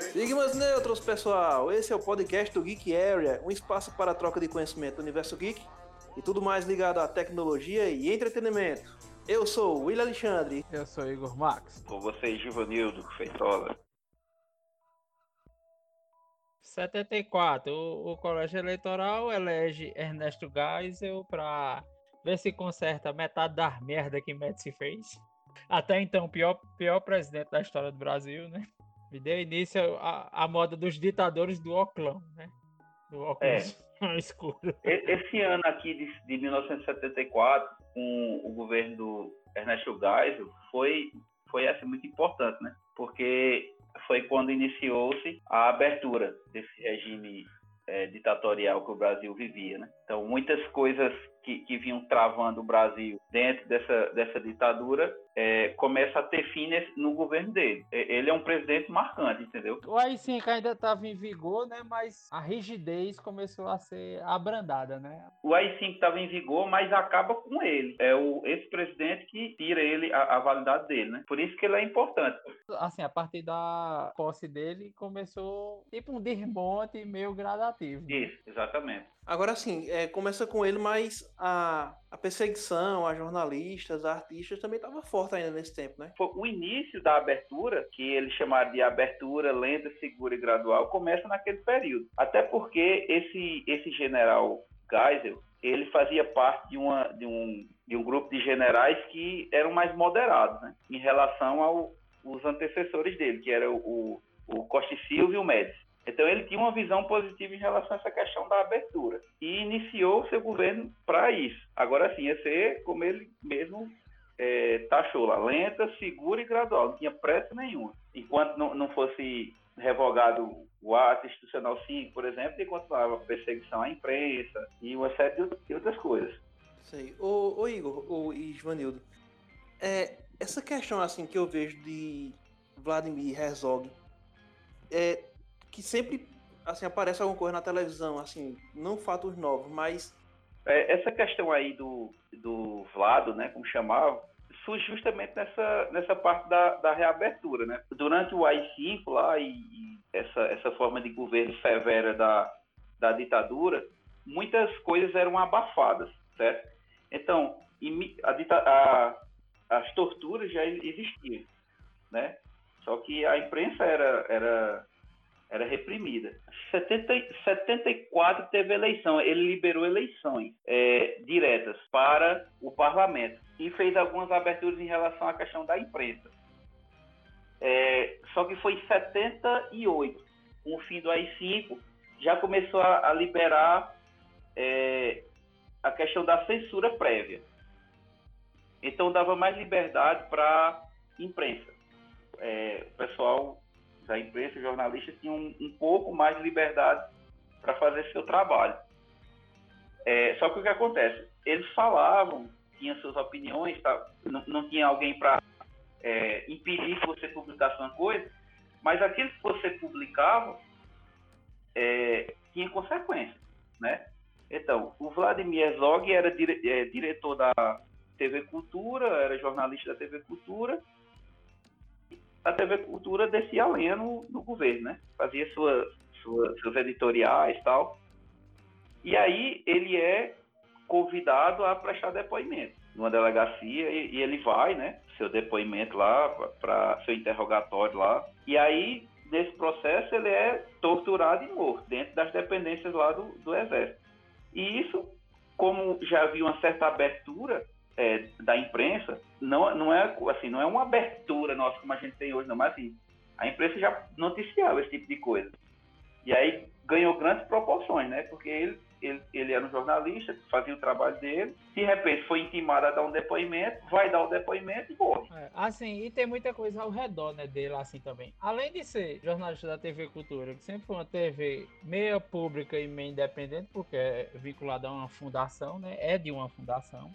Sigmas neutros, pessoal! Esse é o podcast do Geek Area, um espaço para a troca de conhecimento do universo geek e tudo mais ligado à tecnologia e entretenimento. Eu sou o Will Alexandre. Eu sou Igor Max. Com vocês, Givanildo Feitola. 74, o, o colégio eleitoral elege Ernesto Geisel para ver se conserta metade das merda que Médici fez. Até então, pior, pior presidente da história do Brasil, né? Me deu início à, à moda dos ditadores do Oclão, né? Do óculos é. escuro. Esse ano aqui de, de 1974, com o governo do Ernesto Geisel, foi, foi assim, muito importante, né? Porque foi quando iniciou-se a abertura desse regime é, ditatorial que o Brasil vivia. Né? Então, muitas coisas que, que vinham travando o Brasil dentro dessa, dessa ditadura é, começa a ter fim nesse, no governo dele. Ele é um presidente marcante, entendeu? O AI-5 ainda estava em vigor, né? mas a rigidez começou a ser abrandada. Né? O AI-5 estava em vigor, mas acaba com ele. É o, esse presidente que tira ele a, a validade dele. Né? Por isso que ele é importante. Assim, a partir da posse dele, começou tipo um desmonte meio gradativo. Né? Isso, exatamente. Agora sim, é, começa com ele, mas a, a, perseguição a jornalistas, a artistas também estava forte ainda nesse tempo, né? O início da abertura, que eles chamaram de abertura lenta, segura e gradual, começa naquele período. Até porque esse, esse general Geisel, ele fazia parte de, uma, de, um, de um grupo de generais que eram mais moderados, né? Em relação ao, aos antecessores dele, que era o, o, o Costa e Silva e o Médici. Então ele tinha uma visão positiva em relação a essa questão da abertura e iniciou seu governo para isso. Agora sim, ia ser como ele mesmo é, taxou lá, lenta, segura e gradual, não tinha pressa nenhuma. Enquanto não, não fosse revogado o ato institucional 5, por exemplo, e continuava a perseguição à imprensa e uma série de outras coisas. Sei. Ô, ô Igor, ô Isvanildo, é, essa questão assim que eu vejo de Vladimir Herzog é que sempre assim aparece alguma coisa na televisão, assim, não fatos novos, mas É, essa questão aí do, do Vlado, né, como chamava, surge justamente nessa, nessa parte da, da reabertura, né? Durante o AI-5 lá e, e, essa, essa forma de governo severa da, da ditadura, muitas coisas eram abafadas, certo? Então, a, a, as torturas já existiam, né? Só que a imprensa era, era era reprimida. 70, 74 teve eleição, ele liberou eleições é, diretas para o parlamento e fez algumas aberturas em relação à questão da imprensa. É, só que foi em 78, com o fim do AI-5, já começou a, a liberar é, a questão da censura prévia. Então dava mais liberdade para imprensa. É, o pessoal da imprensa, jornalistas tinham um, um, pouco mais de liberdade para fazer seu trabalho. É, só que o que acontece? Eles falavam, tinham suas opiniões, tá? não, não, tinha alguém para é, impedir que você publicasse uma coisa, mas aquilo que você publicava é, tinha consequências, né? Então, o Vladimir Herzog era dire, é, diretor da TV Cultura, era jornalista da TV Cultura, a TV Cultura descia além no, no governo, né? Fazia sua, sua, seus editoriais e tal. E aí ele é convidado a prestar depoimento numa delegacia e, e ele vai, né? Seu depoimento lá, para seu interrogatório lá. E aí, nesse processo, ele é torturado e morto dentro das dependências lá do, do Exército. E isso, como já havia uma certa abertura é, da imprensa não, não é assim não é uma abertura nossa como a gente tem hoje não mas assim a imprensa já noticiava esse tipo de coisa e aí ganhou grandes proporções né porque ele ele, ele era um jornalista fazia o trabalho dele de repente foi intimado a dar um depoimento vai dar o depoimento e morre é, assim e tem muita coisa ao redor né dele assim também além de ser jornalista da TV Cultura que sempre foi uma TV meia pública e meia independente porque é vinculada a uma fundação né é de uma fundação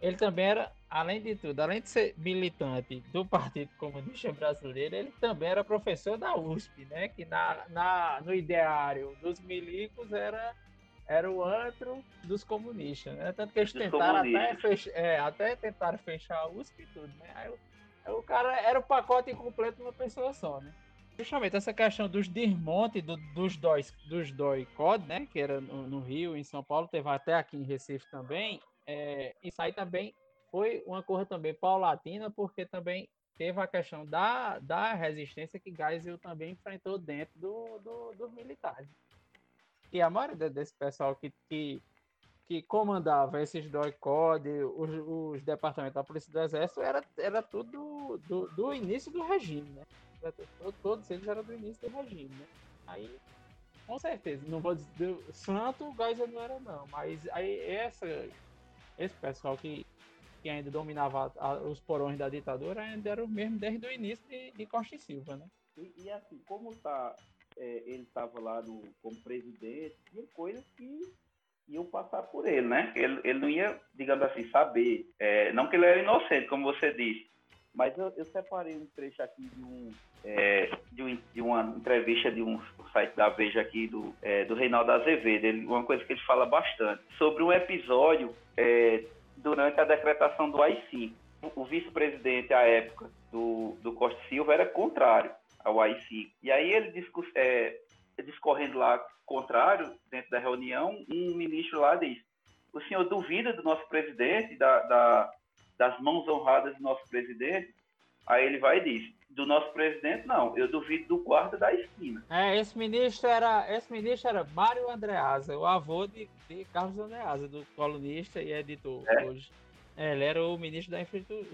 ele também era, além de tudo, além de ser militante do Partido Comunista Brasileiro, ele também era professor da USP, né? Que na, na, no ideário dos milicos era, era o antro dos comunistas, né? Tanto que eles tentaram até, fech, é, até tentaram fechar a USP e tudo, né? Aí, o, o cara era o pacote completo de uma pessoa só, né? Justamente essa questão dos desmontes do, dos dois, dos dois COD, né? Que era no, no Rio, em São Paulo, teve até aqui em Recife também. É, isso aí também foi uma coisa também paulatina, porque também teve a questão da, da resistência que Geisel também enfrentou dentro do, do, dos militares. E a maioria desse pessoal que, que, que comandava esses doicode, os, os departamentos da Polícia do Exército, era, era tudo do, do início do regime, né? Era, todo, todos eles eram do início do regime, né? Aí, com certeza, não vou dizer... Santo, o Geisel não era, não. Mas aí, essa, esse pessoal que, que ainda dominava a, os porões da ditadura ainda era o mesmo desde o início de, de Costa e Silva, né? E, e assim, como tá, é, ele estava lá no, como presidente, tinha coisas que iam passar por ele, né? Ele, ele não ia, digamos assim, saber. É, não que ele era inocente, como você disse. Mas eu, eu separei um trecho aqui de, um, é, de, um, de uma entrevista de um, um site da Veja aqui, do, é, do Reinaldo Azevedo. Ele, uma coisa que ele fala bastante. Sobre um episódio é, durante a decretação do AI-5. O vice-presidente, à época, do, do Costa Silva, era contrário ao AI-5. E aí ele discus, é, discorrendo lá contrário, dentro da reunião, um ministro lá diz, o senhor duvida do nosso presidente, da, da, das mãos honradas do nosso presidente? Aí ele vai e diz, do nosso presidente, não, eu duvido do guarda da esquina. É, esse ministro era, esse ministro era Mário Andreasa, o avô de, de Carlos Andreasa, do colunista e editor é. hoje. É, ele era o ministro da infraestrutura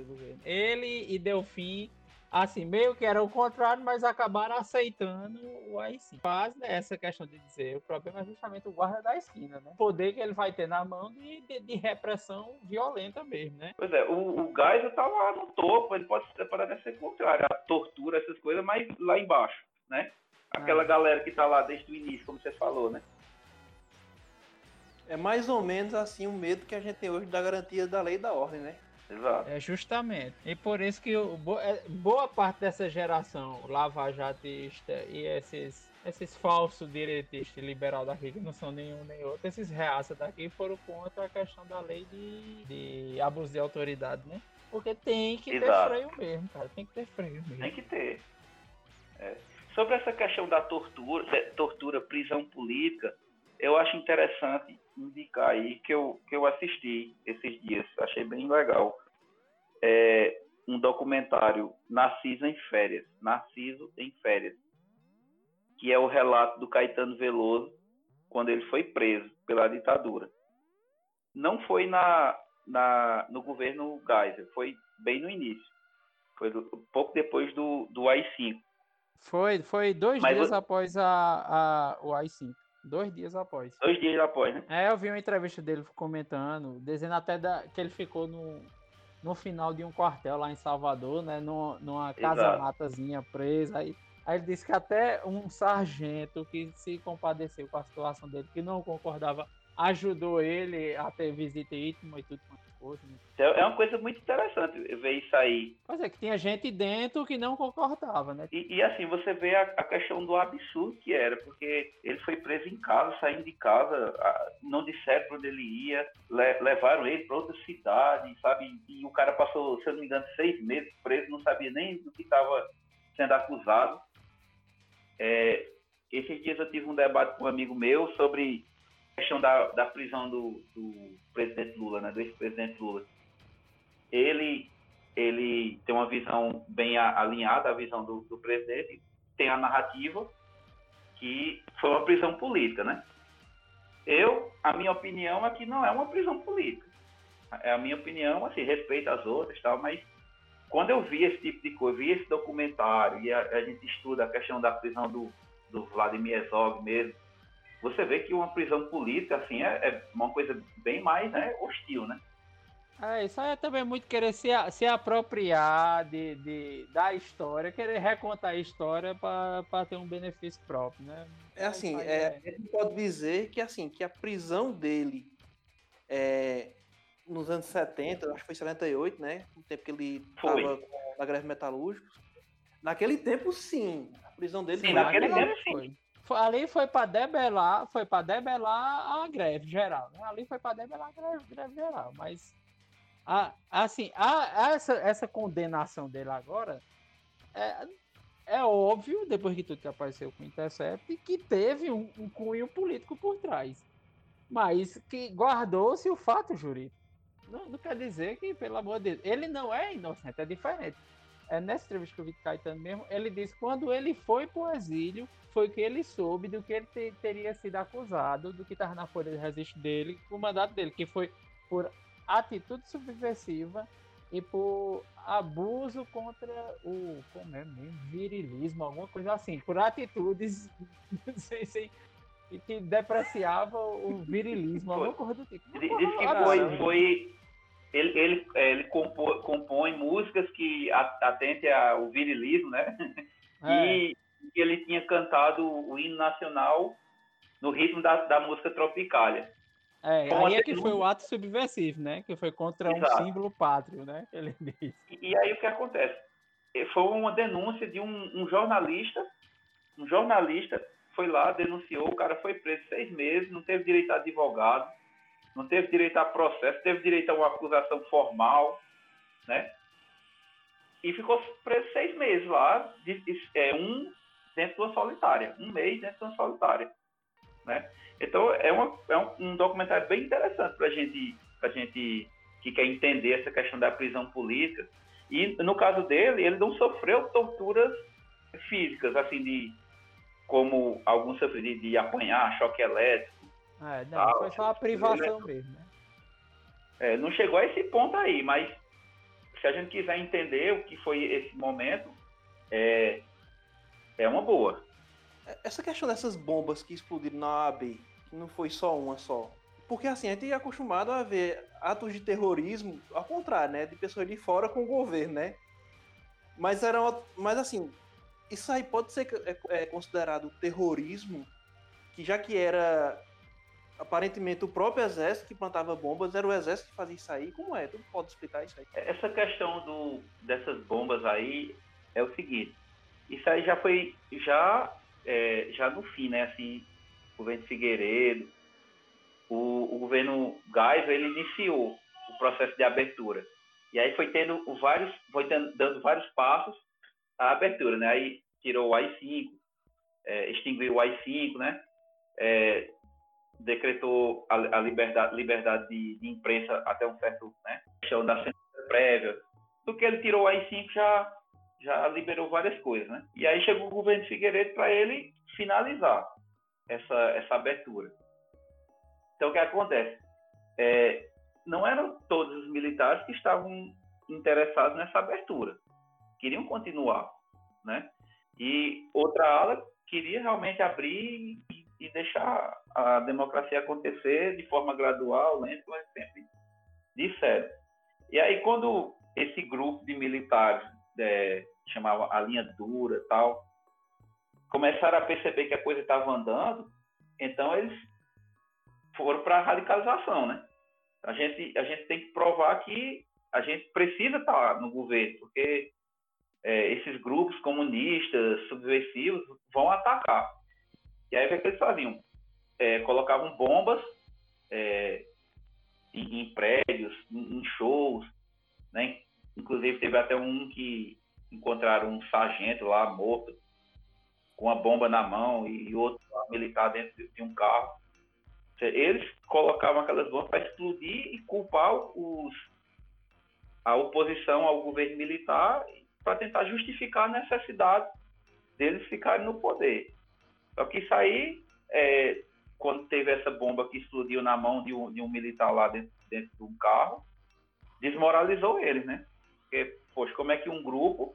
do governo. Ele e Delfim, assim, meio que era o contrário, mas acabaram aceitando o AI-5. Quase né, essa questão de dizer, o problema é justamente o guarda da esquina, né? O poder que ele vai ter na mão de, de, de repressão violenta mesmo, né? Pois é, o, o Geisel tá lá no topo, ele pode se preparar para ser contrário, a tortura, essas coisas, mas lá embaixo, né? Aquela ah. galera que tá lá desde o início, como você falou, né? É mais ou menos assim o medo que a gente tem hoje da garantia da lei e da ordem, né? Exato. É justamente. E por isso que o, é, boa parte dessa geração lavajatista e esses, esses falsos direitistas liberal daqui, que não são nenhum nem outro, esses reaça daqui foram contra a questão da lei de, de abuso de autoridade, né? Porque tem que Exato. ter freio mesmo, cara. Tem que ter freio mesmo. Tem que ter. É. Sobre essa questão da tortura, tortura, prisão política, eu acho interessante indicar aí que eu, que eu assisti esses dias, achei bem legal. É um documentário Narciso em Férias, Narciso em Férias, que é o relato do Caetano Veloso quando ele foi preso pela ditadura. Não foi na, na no governo Geisel, foi bem no início. Foi pouco depois do, do AI-5. Foi, foi dois Mas dias eu... após a, a, o AI-5. Dois dias após. Dois dias após, né? É, eu vi uma entrevista dele comentando, dizendo até da, que ele ficou no, no final de um quartel lá em Salvador, né? No, numa casa-matazinha presa. Aí, aí ele disse que até um sargento que se compadeceu com a situação dele, que não concordava, ajudou ele a ter visita íntima e tudo quanto fosse. Né? É uma coisa muito interessante ver isso aí. Mas é que tinha gente dentro que não concordava, né? E, e assim, você vê a, a, questão do absurdo que era, porque ele foi preso em casa, saindo de casa, não disseram para onde ele ia, le, levaram ele para outra cidade, sabe? E o cara passou, se eu não me engano, seis meses preso, não sabia nem do que estava sendo acusado. É, esses dias eu tive um debate com um amigo meu sobre questão da, da prisão do, do, presidente Lula, né, do ex-presidente Lula, ele, ele tem uma visão bem alinhada à visão do, do, presidente, tem a narrativa que foi uma prisão política, né? Eu, a minha opinião é que não é uma prisão política. É a minha opinião, assim, respeito às outras, tal, mas quando eu vi esse tipo de coisa, vi esse documentário e a, a gente estuda a questão da prisão do, do Vladimir Herzog mesmo, você vê que uma prisão política assim é, é uma coisa bem mais né, hostil, né? É, isso aí é também muito querer se, se apropriar de, de, da história, querer recontar a história para ter um benefício próprio, né? É assim, é, é, pode dizer que assim que a prisão dele é, nos anos 70, acho que foi 78, né? No tempo que ele estava na greve metalúrgica. Naquele tempo, sim. A prisão dele sim, naquele tempo, sim. Foi ali foi para debelar, foi para debelar a greve geral. Né? Ali foi para debelar a greve, greve geral, mas a, assim, a, essa, essa condenação dele agora é, é óbvio, depois que tudo que apareceu com o Intercept, que teve um, um cunho político por trás. Mas que guardou-se o fato jurídico. Não, não quer dizer que, pelo amor de Deus, ele não é inocente, é diferente. É nessa entrevista que o Vitor Caetano mesmo, ele disse quando ele foi para o exílio, foi que ele soube do que ele te- teria sido acusado, do que estava na folha de registro dele, o mandato dele, que foi por atitude subversiva e por abuso contra o como é mesmo, virilismo, alguma coisa assim, por atitudes sem, sem, que depreciava o virilismo, alguma coisa do tipo. Uma Diz coisa diz que absurda. foi, foi ele, ele, é, ele compô- compõe músicas que a- atente ao virilismo, né? É. E ele tinha cantado o hino nacional no ritmo da, da música Tropicália. É, Como aí é até que que foi não- o ato subversivo, né? Que foi contra um Exato. símbolo pátrio, né? que Ele disse. E, e aí o que acontece? Eh, Foi uma denúncia de um, um jornalista, um jornalista foi lá, denunciou, o cara foi preso seis meses, não teve direito a advogado, não teve direito a processo, teve direito a uma acusação formal, né? E ficou preso seis meses lá, de- de- é, um dentro de uma solitária, um mês dentro de uma solitária, né? Então é, uma- é um, um documentário bem interessante para gente, pra gente que quer entender essa questão da prisão política. E no caso dele, ele não sofreu torturas físicas, assim de como alguns sofrem de, de apanhar, choque elétrico. É, não, Ah, foi só a privação mesmo, né? É, não chegou a esse ponto aí, mas se a gente quiser entender o que foi esse momento, é, é uma boa. Essa questão dessas bombas que explodiram na AB, que não foi só uma só. Porque assim, a gente é acostumado a ver atos de terrorismo, ao contrário, né? De pessoas de fora com o governo, né? Mas era uma- Mas assim, isso aí pode ser é, é, considerado terrorismo, que já que era aparentemente o próprio exército que plantava bombas, era o exército que fazia isso aí. Como é? Tu pode explicar isso aí? Essa questão do, dessas bombas aí é o seguinte, isso aí já foi já, é, já no fim, né? Assim, o governo Figueiredo, o, o governo Gás, ele iniciou o processo de abertura. E aí foi tendo o vários, foi dando, dando vários passos à abertura, né? Aí tirou o AI-5, é, extinguiu o AI-5, né? É, decretou a, a liberdade, liberdade de, de imprensa até um certo, né? Questão da prévia. Do que ele tirou o AI-5 já, já liberou várias coisas, né? E aí chegou o governo Figueiredo para ele finalizar essa, essa abertura. Então, o que acontece? É, não eram todos os militares que estavam interessados nessa abertura. Queriam continuar, né? E outra ala queria realmente abrir e, e deixar a democracia acontecer de forma gradual, lenta, mas sempre de sério. E aí, quando esse grupo de militares, é, chamava a linha dura e tal, começaram a perceber que a coisa estava andando, então eles foram para a radicalização, né? A gente, a gente tem que provar que a gente precisa estar no governo, porque é, esses grupos comunistas, subversivos, vão atacar. E aí, o que é que eles faziam? É, colocavam bombas é, em, em prédios, em, em shows, né? Inclusive teve até um que encontraram um sargento lá morto com a bomba na mão e, e outro lá militar dentro de, de um carro. Quer dizer, Eles colocavam aquelas bombas para explodir e culpar os, a oposição ao governo militar para tentar justificar a necessidade deles ficarem no poder. Só que isso aí é, quando teve essa bomba que explodiu na mão de um, de um militar lá dentro, dentro de um carro, desmoralizou eles, né? Porque, poxa, como é que um grupo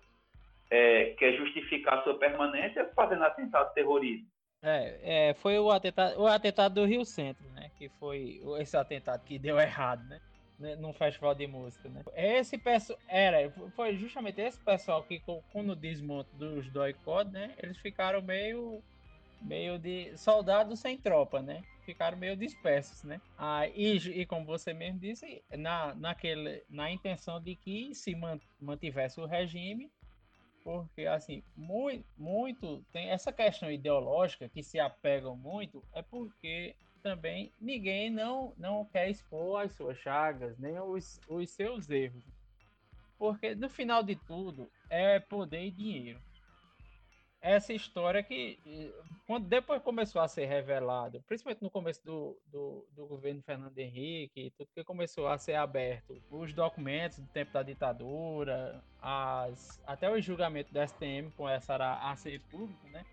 é, quer justificar sua permanência fazendo atentado terrorista? É, é, foi o atentado, o atentado do Rio Centro, né? Que foi o- esse atentado que deu errado, né? né, Num festival de música, né? Esse pessoal era, foi justamente esse pessoal que co- quando desmonte dos doicode, né? Eles ficaram meio, meio de soldados sem tropa, né? Ficaram meio dispersos, né? Ah, e, ju- e como você mesmo disse, na, naquele, na intenção de que se man- mantivesse o regime, porque, assim, muito, muito tem essa questão ideológica que se apegam muito, é porque também ninguém não, não quer expor as suas chagas, nem os, os seus erros. Porque, no final de tudo, é poder e dinheiro. essa história que quando depois começou a ser revelado, principalmente no começo do, do, do governo Fernando Henrique, tudo que começou a ser aberto, os documentos do tempo da ditadura, as, até o julgamento do STM começaram a ser público, né?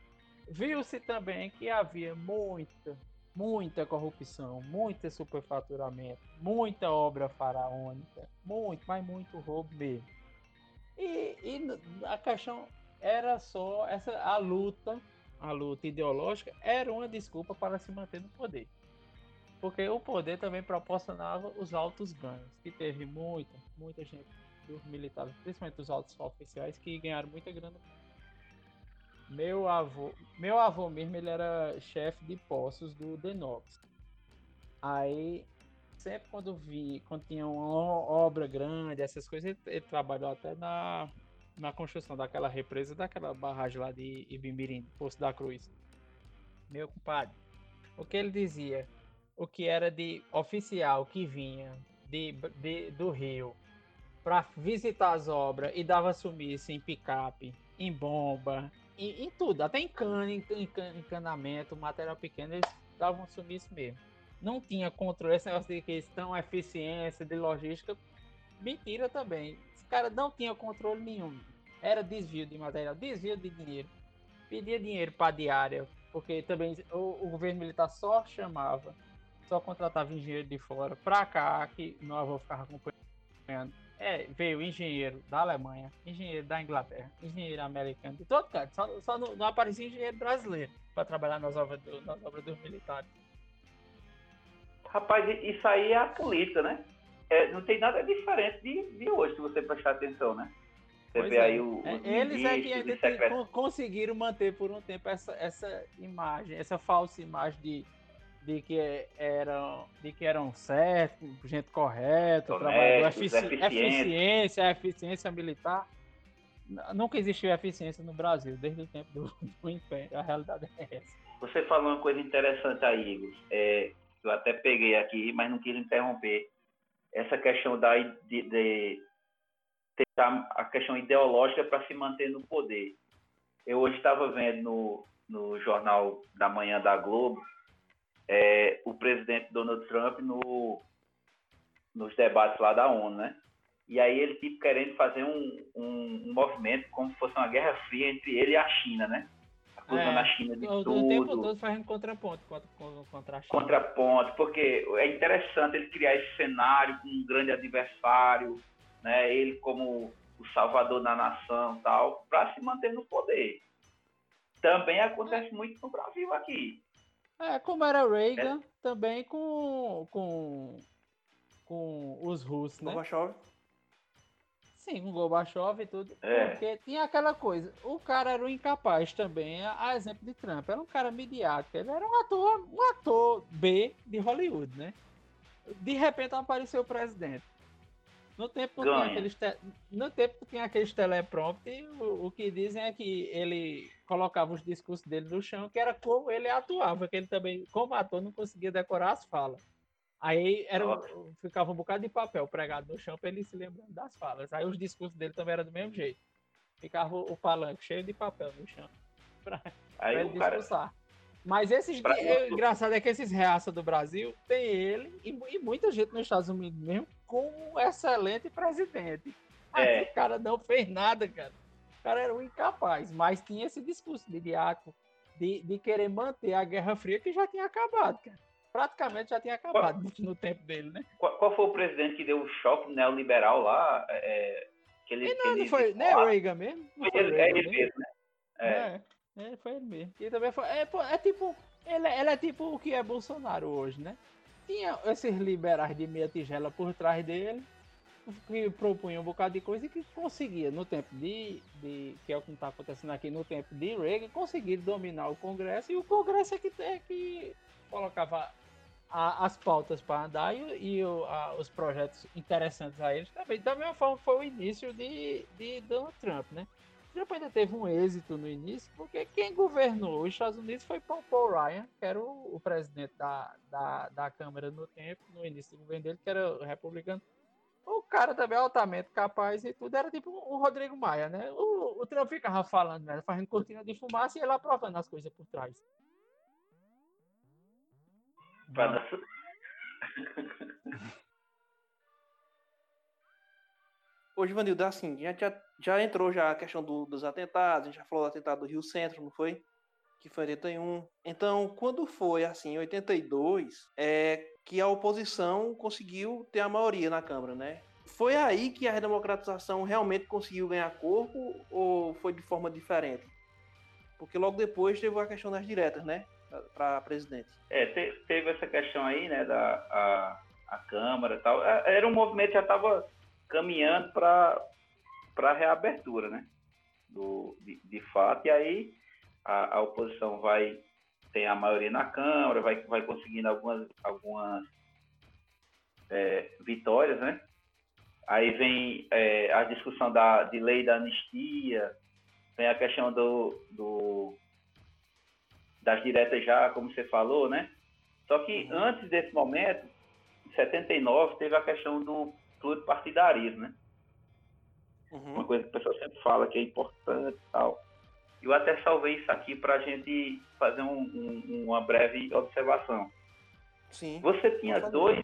Viu-se também que havia muita, muita corrupção, muito superfaturamento, muita obra faraônica, muito, mas muito roubo mesmo. E, e a questão era só essa a luta, a luta ideológica era uma desculpa para se manter no poder. Porque o poder também proporcionava os altos ganhos, que teve muita, muita gente dos militares, principalmente os altos oficiais que ganharam muita grana. Meu avô, meu avô mesmo, ele era chefe de postos do Denox. Aí sempre quando vi, quando tinha uma obra grande, essas coisas, ele, ele trabalhou até na na construção daquela represa, daquela barragem lá de Ibimirim, Poço da Cruz. Meu compadre, o que ele dizia, o que era de oficial que vinha de, de do Rio para visitar as obras e dava sumiço em picape, em bomba, em, em tudo, até em cana, em, em, encanamento, material pequeno, eles davam sumiço mesmo. Não tinha controle, esse negócio de questão, eficiência, de logística, mentira também. Esse cara não tinha controle nenhum. Era desvio de material, desvio de dinheiro. Pedia dinheiro para diária, porque também o, o, governo militar só chamava, só contratava engenheiro de fora para cá, que nós avô ficava acompanhando. É, veio engenheiro da Alemanha, engenheiro da Inglaterra, engenheiro americano, de todo canto. Só, só não, não, aparecia engenheiro brasileiro para trabalhar nas obras, do, nas obras dos militares. Rapaz, isso aí é a política, né? É, não tem nada diferente de, de, hoje, se você prestar atenção, né? Você pois vê é. aí o, o Eles é que ainda secret... conseguiram manter por um tempo essa, essa imagem, essa falsa imagem de, de, que, eram, de que eram certos, gente correta, trabalhador, efici eficiência, eficiência militar. Nunca existiu eficiência no Brasil, desde o tempo do, do Império, a realidade é essa. Você falou uma coisa interessante aí, Igor. É, eu até peguei aqui, mas não quis interromper essa questão da de, de tentar a questão ideológica para se manter no poder. Eu hoje estava vendo no, no jornal da manhã da Globo é, o presidente Donald Trump no, nos debates lá da ONU, né? E aí ele tipo querendo fazer um, um, um movimento como se fosse uma guerra fria entre ele e a China, né? acusando é, a China de o, tudo. O tempo todo fazendo contraponto contra, contra a China. Contraponto, porque é interessante ele criar esse cenário com um grande adversário, né? ele como o salvador da nação tal, para se manter no poder. Também acontece é. muito no Brasil aqui. É, como era Reagan, é. também com, com, com os russos, né? Gorbachev. Sim, com Gorbachev e tudo. É. né? Porque tinha aquela coisa. O cara era um incapaz também, a exemplo de Trump. Era um cara midiático. Ele era um ator, um ator B de Hollywood, né? De repente apareceu o presidente. No tempo não tinha aqueles, te... no tempo não tinha aqueles teleprompter, o, o que dizem é que ele colocava os discursos dele no chão, que era como ele atuava, que ele também, como ator, não conseguia decorar as falas. Aí era, um, ficava um bocado de papel pregado no chão para ele se lembrando das falas. Aí os discursos dele também eram do mesmo jeito. Ficava o palanque cheio de papel no chão para ele discursar. Cara... Mas esses. Pra... É, engraçado é que esses reaça do Brasil tem ele e, e, muita gente nos Estados Unidos mesmo como um excelente presidente. Aí é. o cara não fez nada, cara. O cara era um incapaz, mas tinha esse discurso de diácono de, de querer manter a Guerra Fria que já tinha acabado, cara praticamente já tinha acabado qual, no tempo dele, né? Qual, qual, foi o presidente que deu o choque neoliberal lá? É, que ele, e não, que ele não foi, não é Reagan mesmo? Não foi ele, é ele mesmo, né? É. É, é. foi ele mesmo. E também foi, é, é tipo, ele, ele, é tipo o que é Bolsonaro hoje, né? Tinha esses liberais de meia tigela por trás dele, que propunham um bocado de coisa e que conseguia, no tempo de, de que é o que está acontecendo aqui, no tempo de Reagan, conseguir dominar o Congresso, e o Congresso é que, é que colocava as pautas para andar e, e a, os projetos interessantes a eles também. Da mesma forma, foi o início de, de Donald Trump, né? Trump ainda teve um êxito no início, porque quem governou os Estados Unidos foi Paul, Paul Ryan, que era o, o presidente da, da, da, Câmara no tempo, no início do governo dele, que era republicano. O cara também é altamente capaz e tudo. Era tipo o Rodrigo Maia, né? O, o Trump ficava falando, né? Fazendo cortina de fumaça e ele aprovando as coisas por trás. Pra dar- Ô, Givanildo, assim, já, já, já entrou já a questão do- dos atentados, a gente já falou do atentado do Rio Centro, não foi? Que foi em 81. Então, quando foi, assim, em 82, é, que a oposição conseguiu ter a maioria na Câmara, né? Foi aí que a redemocratização realmente conseguiu ganhar corpo ou foi de forma diferente? Porque logo depois teve a questão das diretas, né? Para presidente. É, te- teve essa questão aí, né, da a, a Câmara e tal. É, Era um movimento que já estava caminhando para a reabertura, né, do, de, de fato. E aí a, a oposição vai, tem a maioria na Câmara, vai, vai conseguindo algumas, algumas é, vitórias, né. Aí vem é, a discussão da, de lei da anistia, vem a questão do, do das diretas já, como você falou, né? Só que antes desse momento, em 79, teve a questão do pluripartidarismo, né? Uma Uhum. coisa que o pessoal sempre fala que é importante e tal. Eu até salvei isso aqui para a gente fazer um- um- uma breve observação. Sim. Você tinha Pode dois,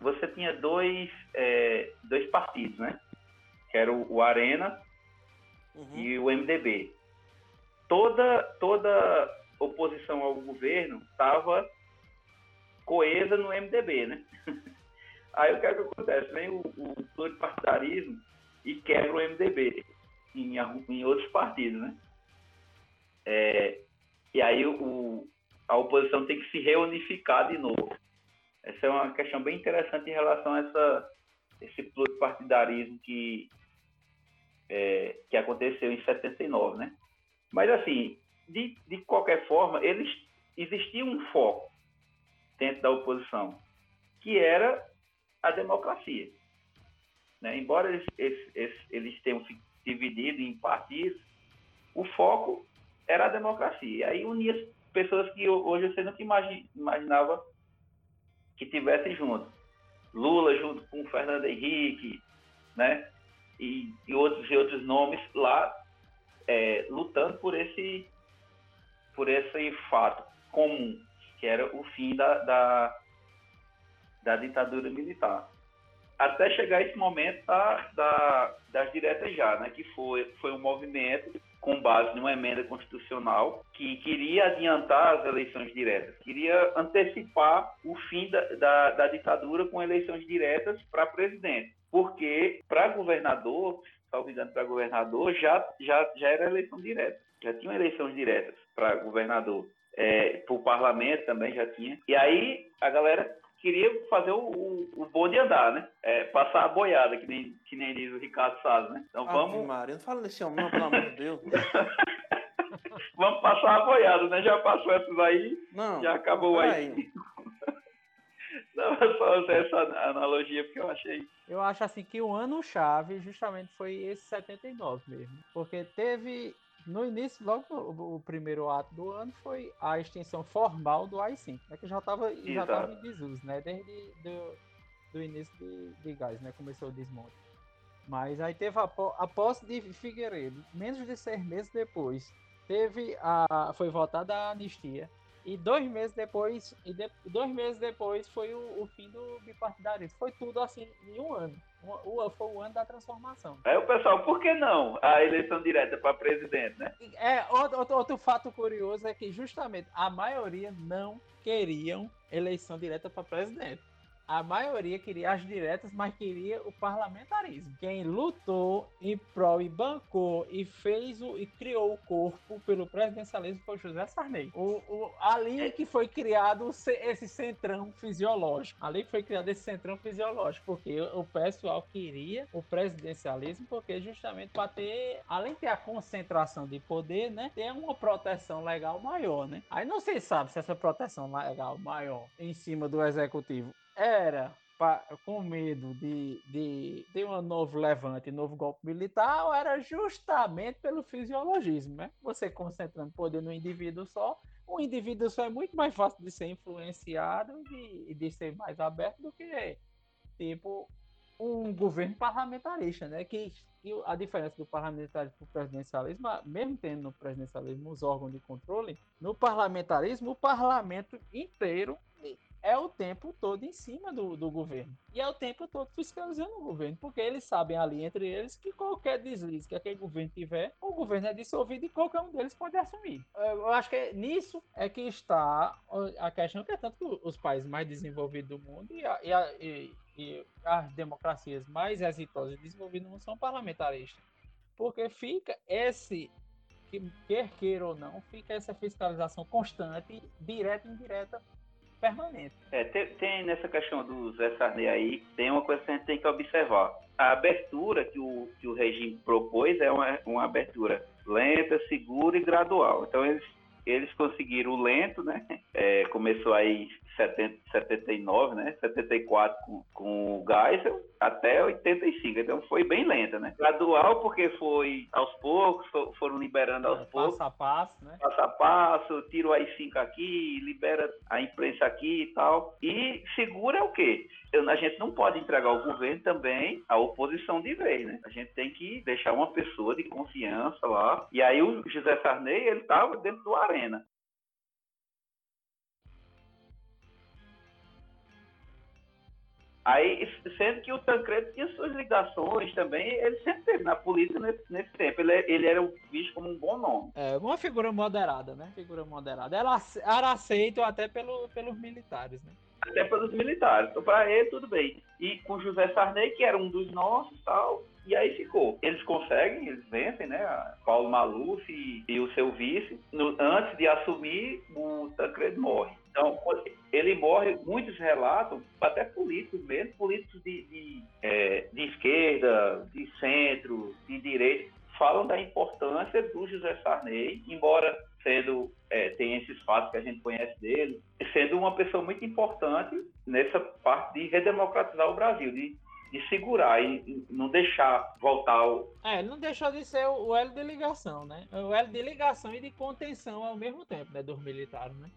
você tinha dois, é, dois partidos, né? Que era o, o Arena Uhum. e o MDB. Toda, toda oposição ao governo estava coesa no MDB, né? Aí o que, é que acontece? Vem o, o pluripartidarismo e quebra o MDB em, arru- em outros partidos, né? É, e aí o- o, a oposição tem que se reunificar de novo. Essa é uma questão bem interessante em relação a essa, esse pluripartidarismo que, que aconteceu em 79, né? Mas assim, de, de qualquer forma, eles existia um foco dentro da oposição, que era a democracia. Né? Embora eles, eles, eles, eles tenham se dividido em partidos, o foco era a democracia. E aí unia as pessoas que ho- hoje você nunca imagi- imaginava que tivessem junto. Lula junto com Fernando Henrique, né? e, e outros e outros nomes lá é, lutando por esse por esse fato comum que era o fim da, da, da ditadura militar até chegar esse momento da, da- das diretas já né que foi foi um movimento com base numa emenda constitucional que queria adiantar as eleições diretas, queria antecipar o fim da, da, da ditadura com eleições diretas para presidente, porque para governador, salvo engano, para governador já, já, já era eleição direta, já tinha eleições diretas para governador, para o parlamento também já tinha, e aí a galera queria fazer o, o, o bonde andar, né? É, passar a boiada, que nem, que nem diz o Ricardo Salles, né? Então Ave vamos, Maria, não fala desse homem, não, pelo amor de Deus. vamos passar a boiada, né? Já passou essas aí, Não. Já acabou aí. peraí. Não, eu só usei essa analogia porque eu achei. Eu acho assim que o ano chave justamente foi esse 79 mesmo, porque teve no início, logo o, o primeiro ato do ano foi a extinção formal do AI-5, né, que já estava já Exato. tava em desuso, né, desde do, do início de, de gás, né, começou o desmonte. Mas aí teve a, po- a posse de Figueiredo, menos de seis meses depois, teve a foi votada a anistia e dois meses depois e de- dois meses depois foi o, o fim do bipartidarismo. Foi tudo assim em um ano. O, o- foi o ano da transformação. Aí o pessoal, por que não a eleição direta para presidente, né? E, É outro, outro, outro fato curioso é que justamente a maioria não queriam eleição direta para presidente. A maioria queria as diretas, mas queria o parlamentarismo. Quem lutou em prol e bancou e fez o, e criou o corpo pelo presidencialismo foi José Sarney. O, o, ali que foi criado o ce- esse centrão fisiológico. Ali que foi criado esse centrão fisiológico, porque o pessoal queria o presidencialismo, porque justamente para ter, além de ter a concentração de poder, né, ter uma proteção legal maior, né? Aí não se sabe se essa proteção legal maior em cima do executivo era pa- com medo de, de ter um novo levante, novo golpe militar, ou era justamente pelo fisiologismo, né? Você concentrando poder no indivíduo só, o indivíduo só é muito mais fácil de ser influenciado e de, e de ser mais aberto do que, tipo, um governo parlamentarista, né? Que, que a diferença do parlamentarismo para o presidencialismo, mesmo tendo no presidencialismo os órgãos de controle, no parlamentarismo, o parlamento inteiro é o tempo todo em cima do, do governo. E é o tempo todo fiscalizando o governo, porque eles sabem ali entre eles que qualquer deslize que aquele governo tiver, o governo é dissolvido e qualquer um deles pode assumir. Eu acho que é, nisso é que está a questão, que é tanto que os países mais desenvolvidos do mundo e, a, e, a, e, e as democracias mais exitosas e desenvolvidas não são parlamentaristas. Porque fica esse que quer queira ou não, fica essa fiscalização constante, direta e indireta, permanente. É, tem, tem, nessa questão do Zé Sarney aí, tem uma coisa que a gente tem que observar. A abertura que o, que o regime propôs é uma, uma abertura lenta, segura e gradual. Então eles, eles conseguiram o lento, né? É, começou aí em 70, 79, né? 74 com, com o Geisel até 85. Então foi bem lenta, né? Gradual porque foi aos poucos, for, foram liberando aos passo poucos. É, Passo a passo, né? Passo a passo, tira o AI-5 aqui, libera a imprensa aqui e tal. E segura é o quê? Eu, a gente não pode entregar ao governo também a oposição de vez, né? A gente tem que deixar uma pessoa de confiança lá. E aí o José Sarney, ele estava dentro do Arena. Aí, sendo que o Tancredo tinha suas ligações também, ele sempre teve na política nesse, nesse tempo. Ele, é, ele era visto como um bom nome. É, uma figura moderada, né? Figura moderada. Ela era aceito até pelo, pelos militares, né? Até pelos militares. Então, para ele, tudo bem. E com José Sarney, que era um dos nossos tal, e aí ficou. Eles conseguem, eles vencem, né? Paulo Maluf e, e o seu vice. No, antes de assumir, o Tancredo morre. Então, ele morre, muitos relatam, até políticos mesmo, políticos de, de, é, de esquerda, de centro, de direita, falam da importância do José Sarney, embora sendo é, tem esses fatos que a gente conhece dele, sendo uma pessoa muito importante nessa parte de redemocratizar o Brasil, de de segurar e não deixar voltar o. É, ele não deixou de ser o elo de ligação, né? O elo de ligação e de contenção ao mesmo tempo, né? Dos militares, né?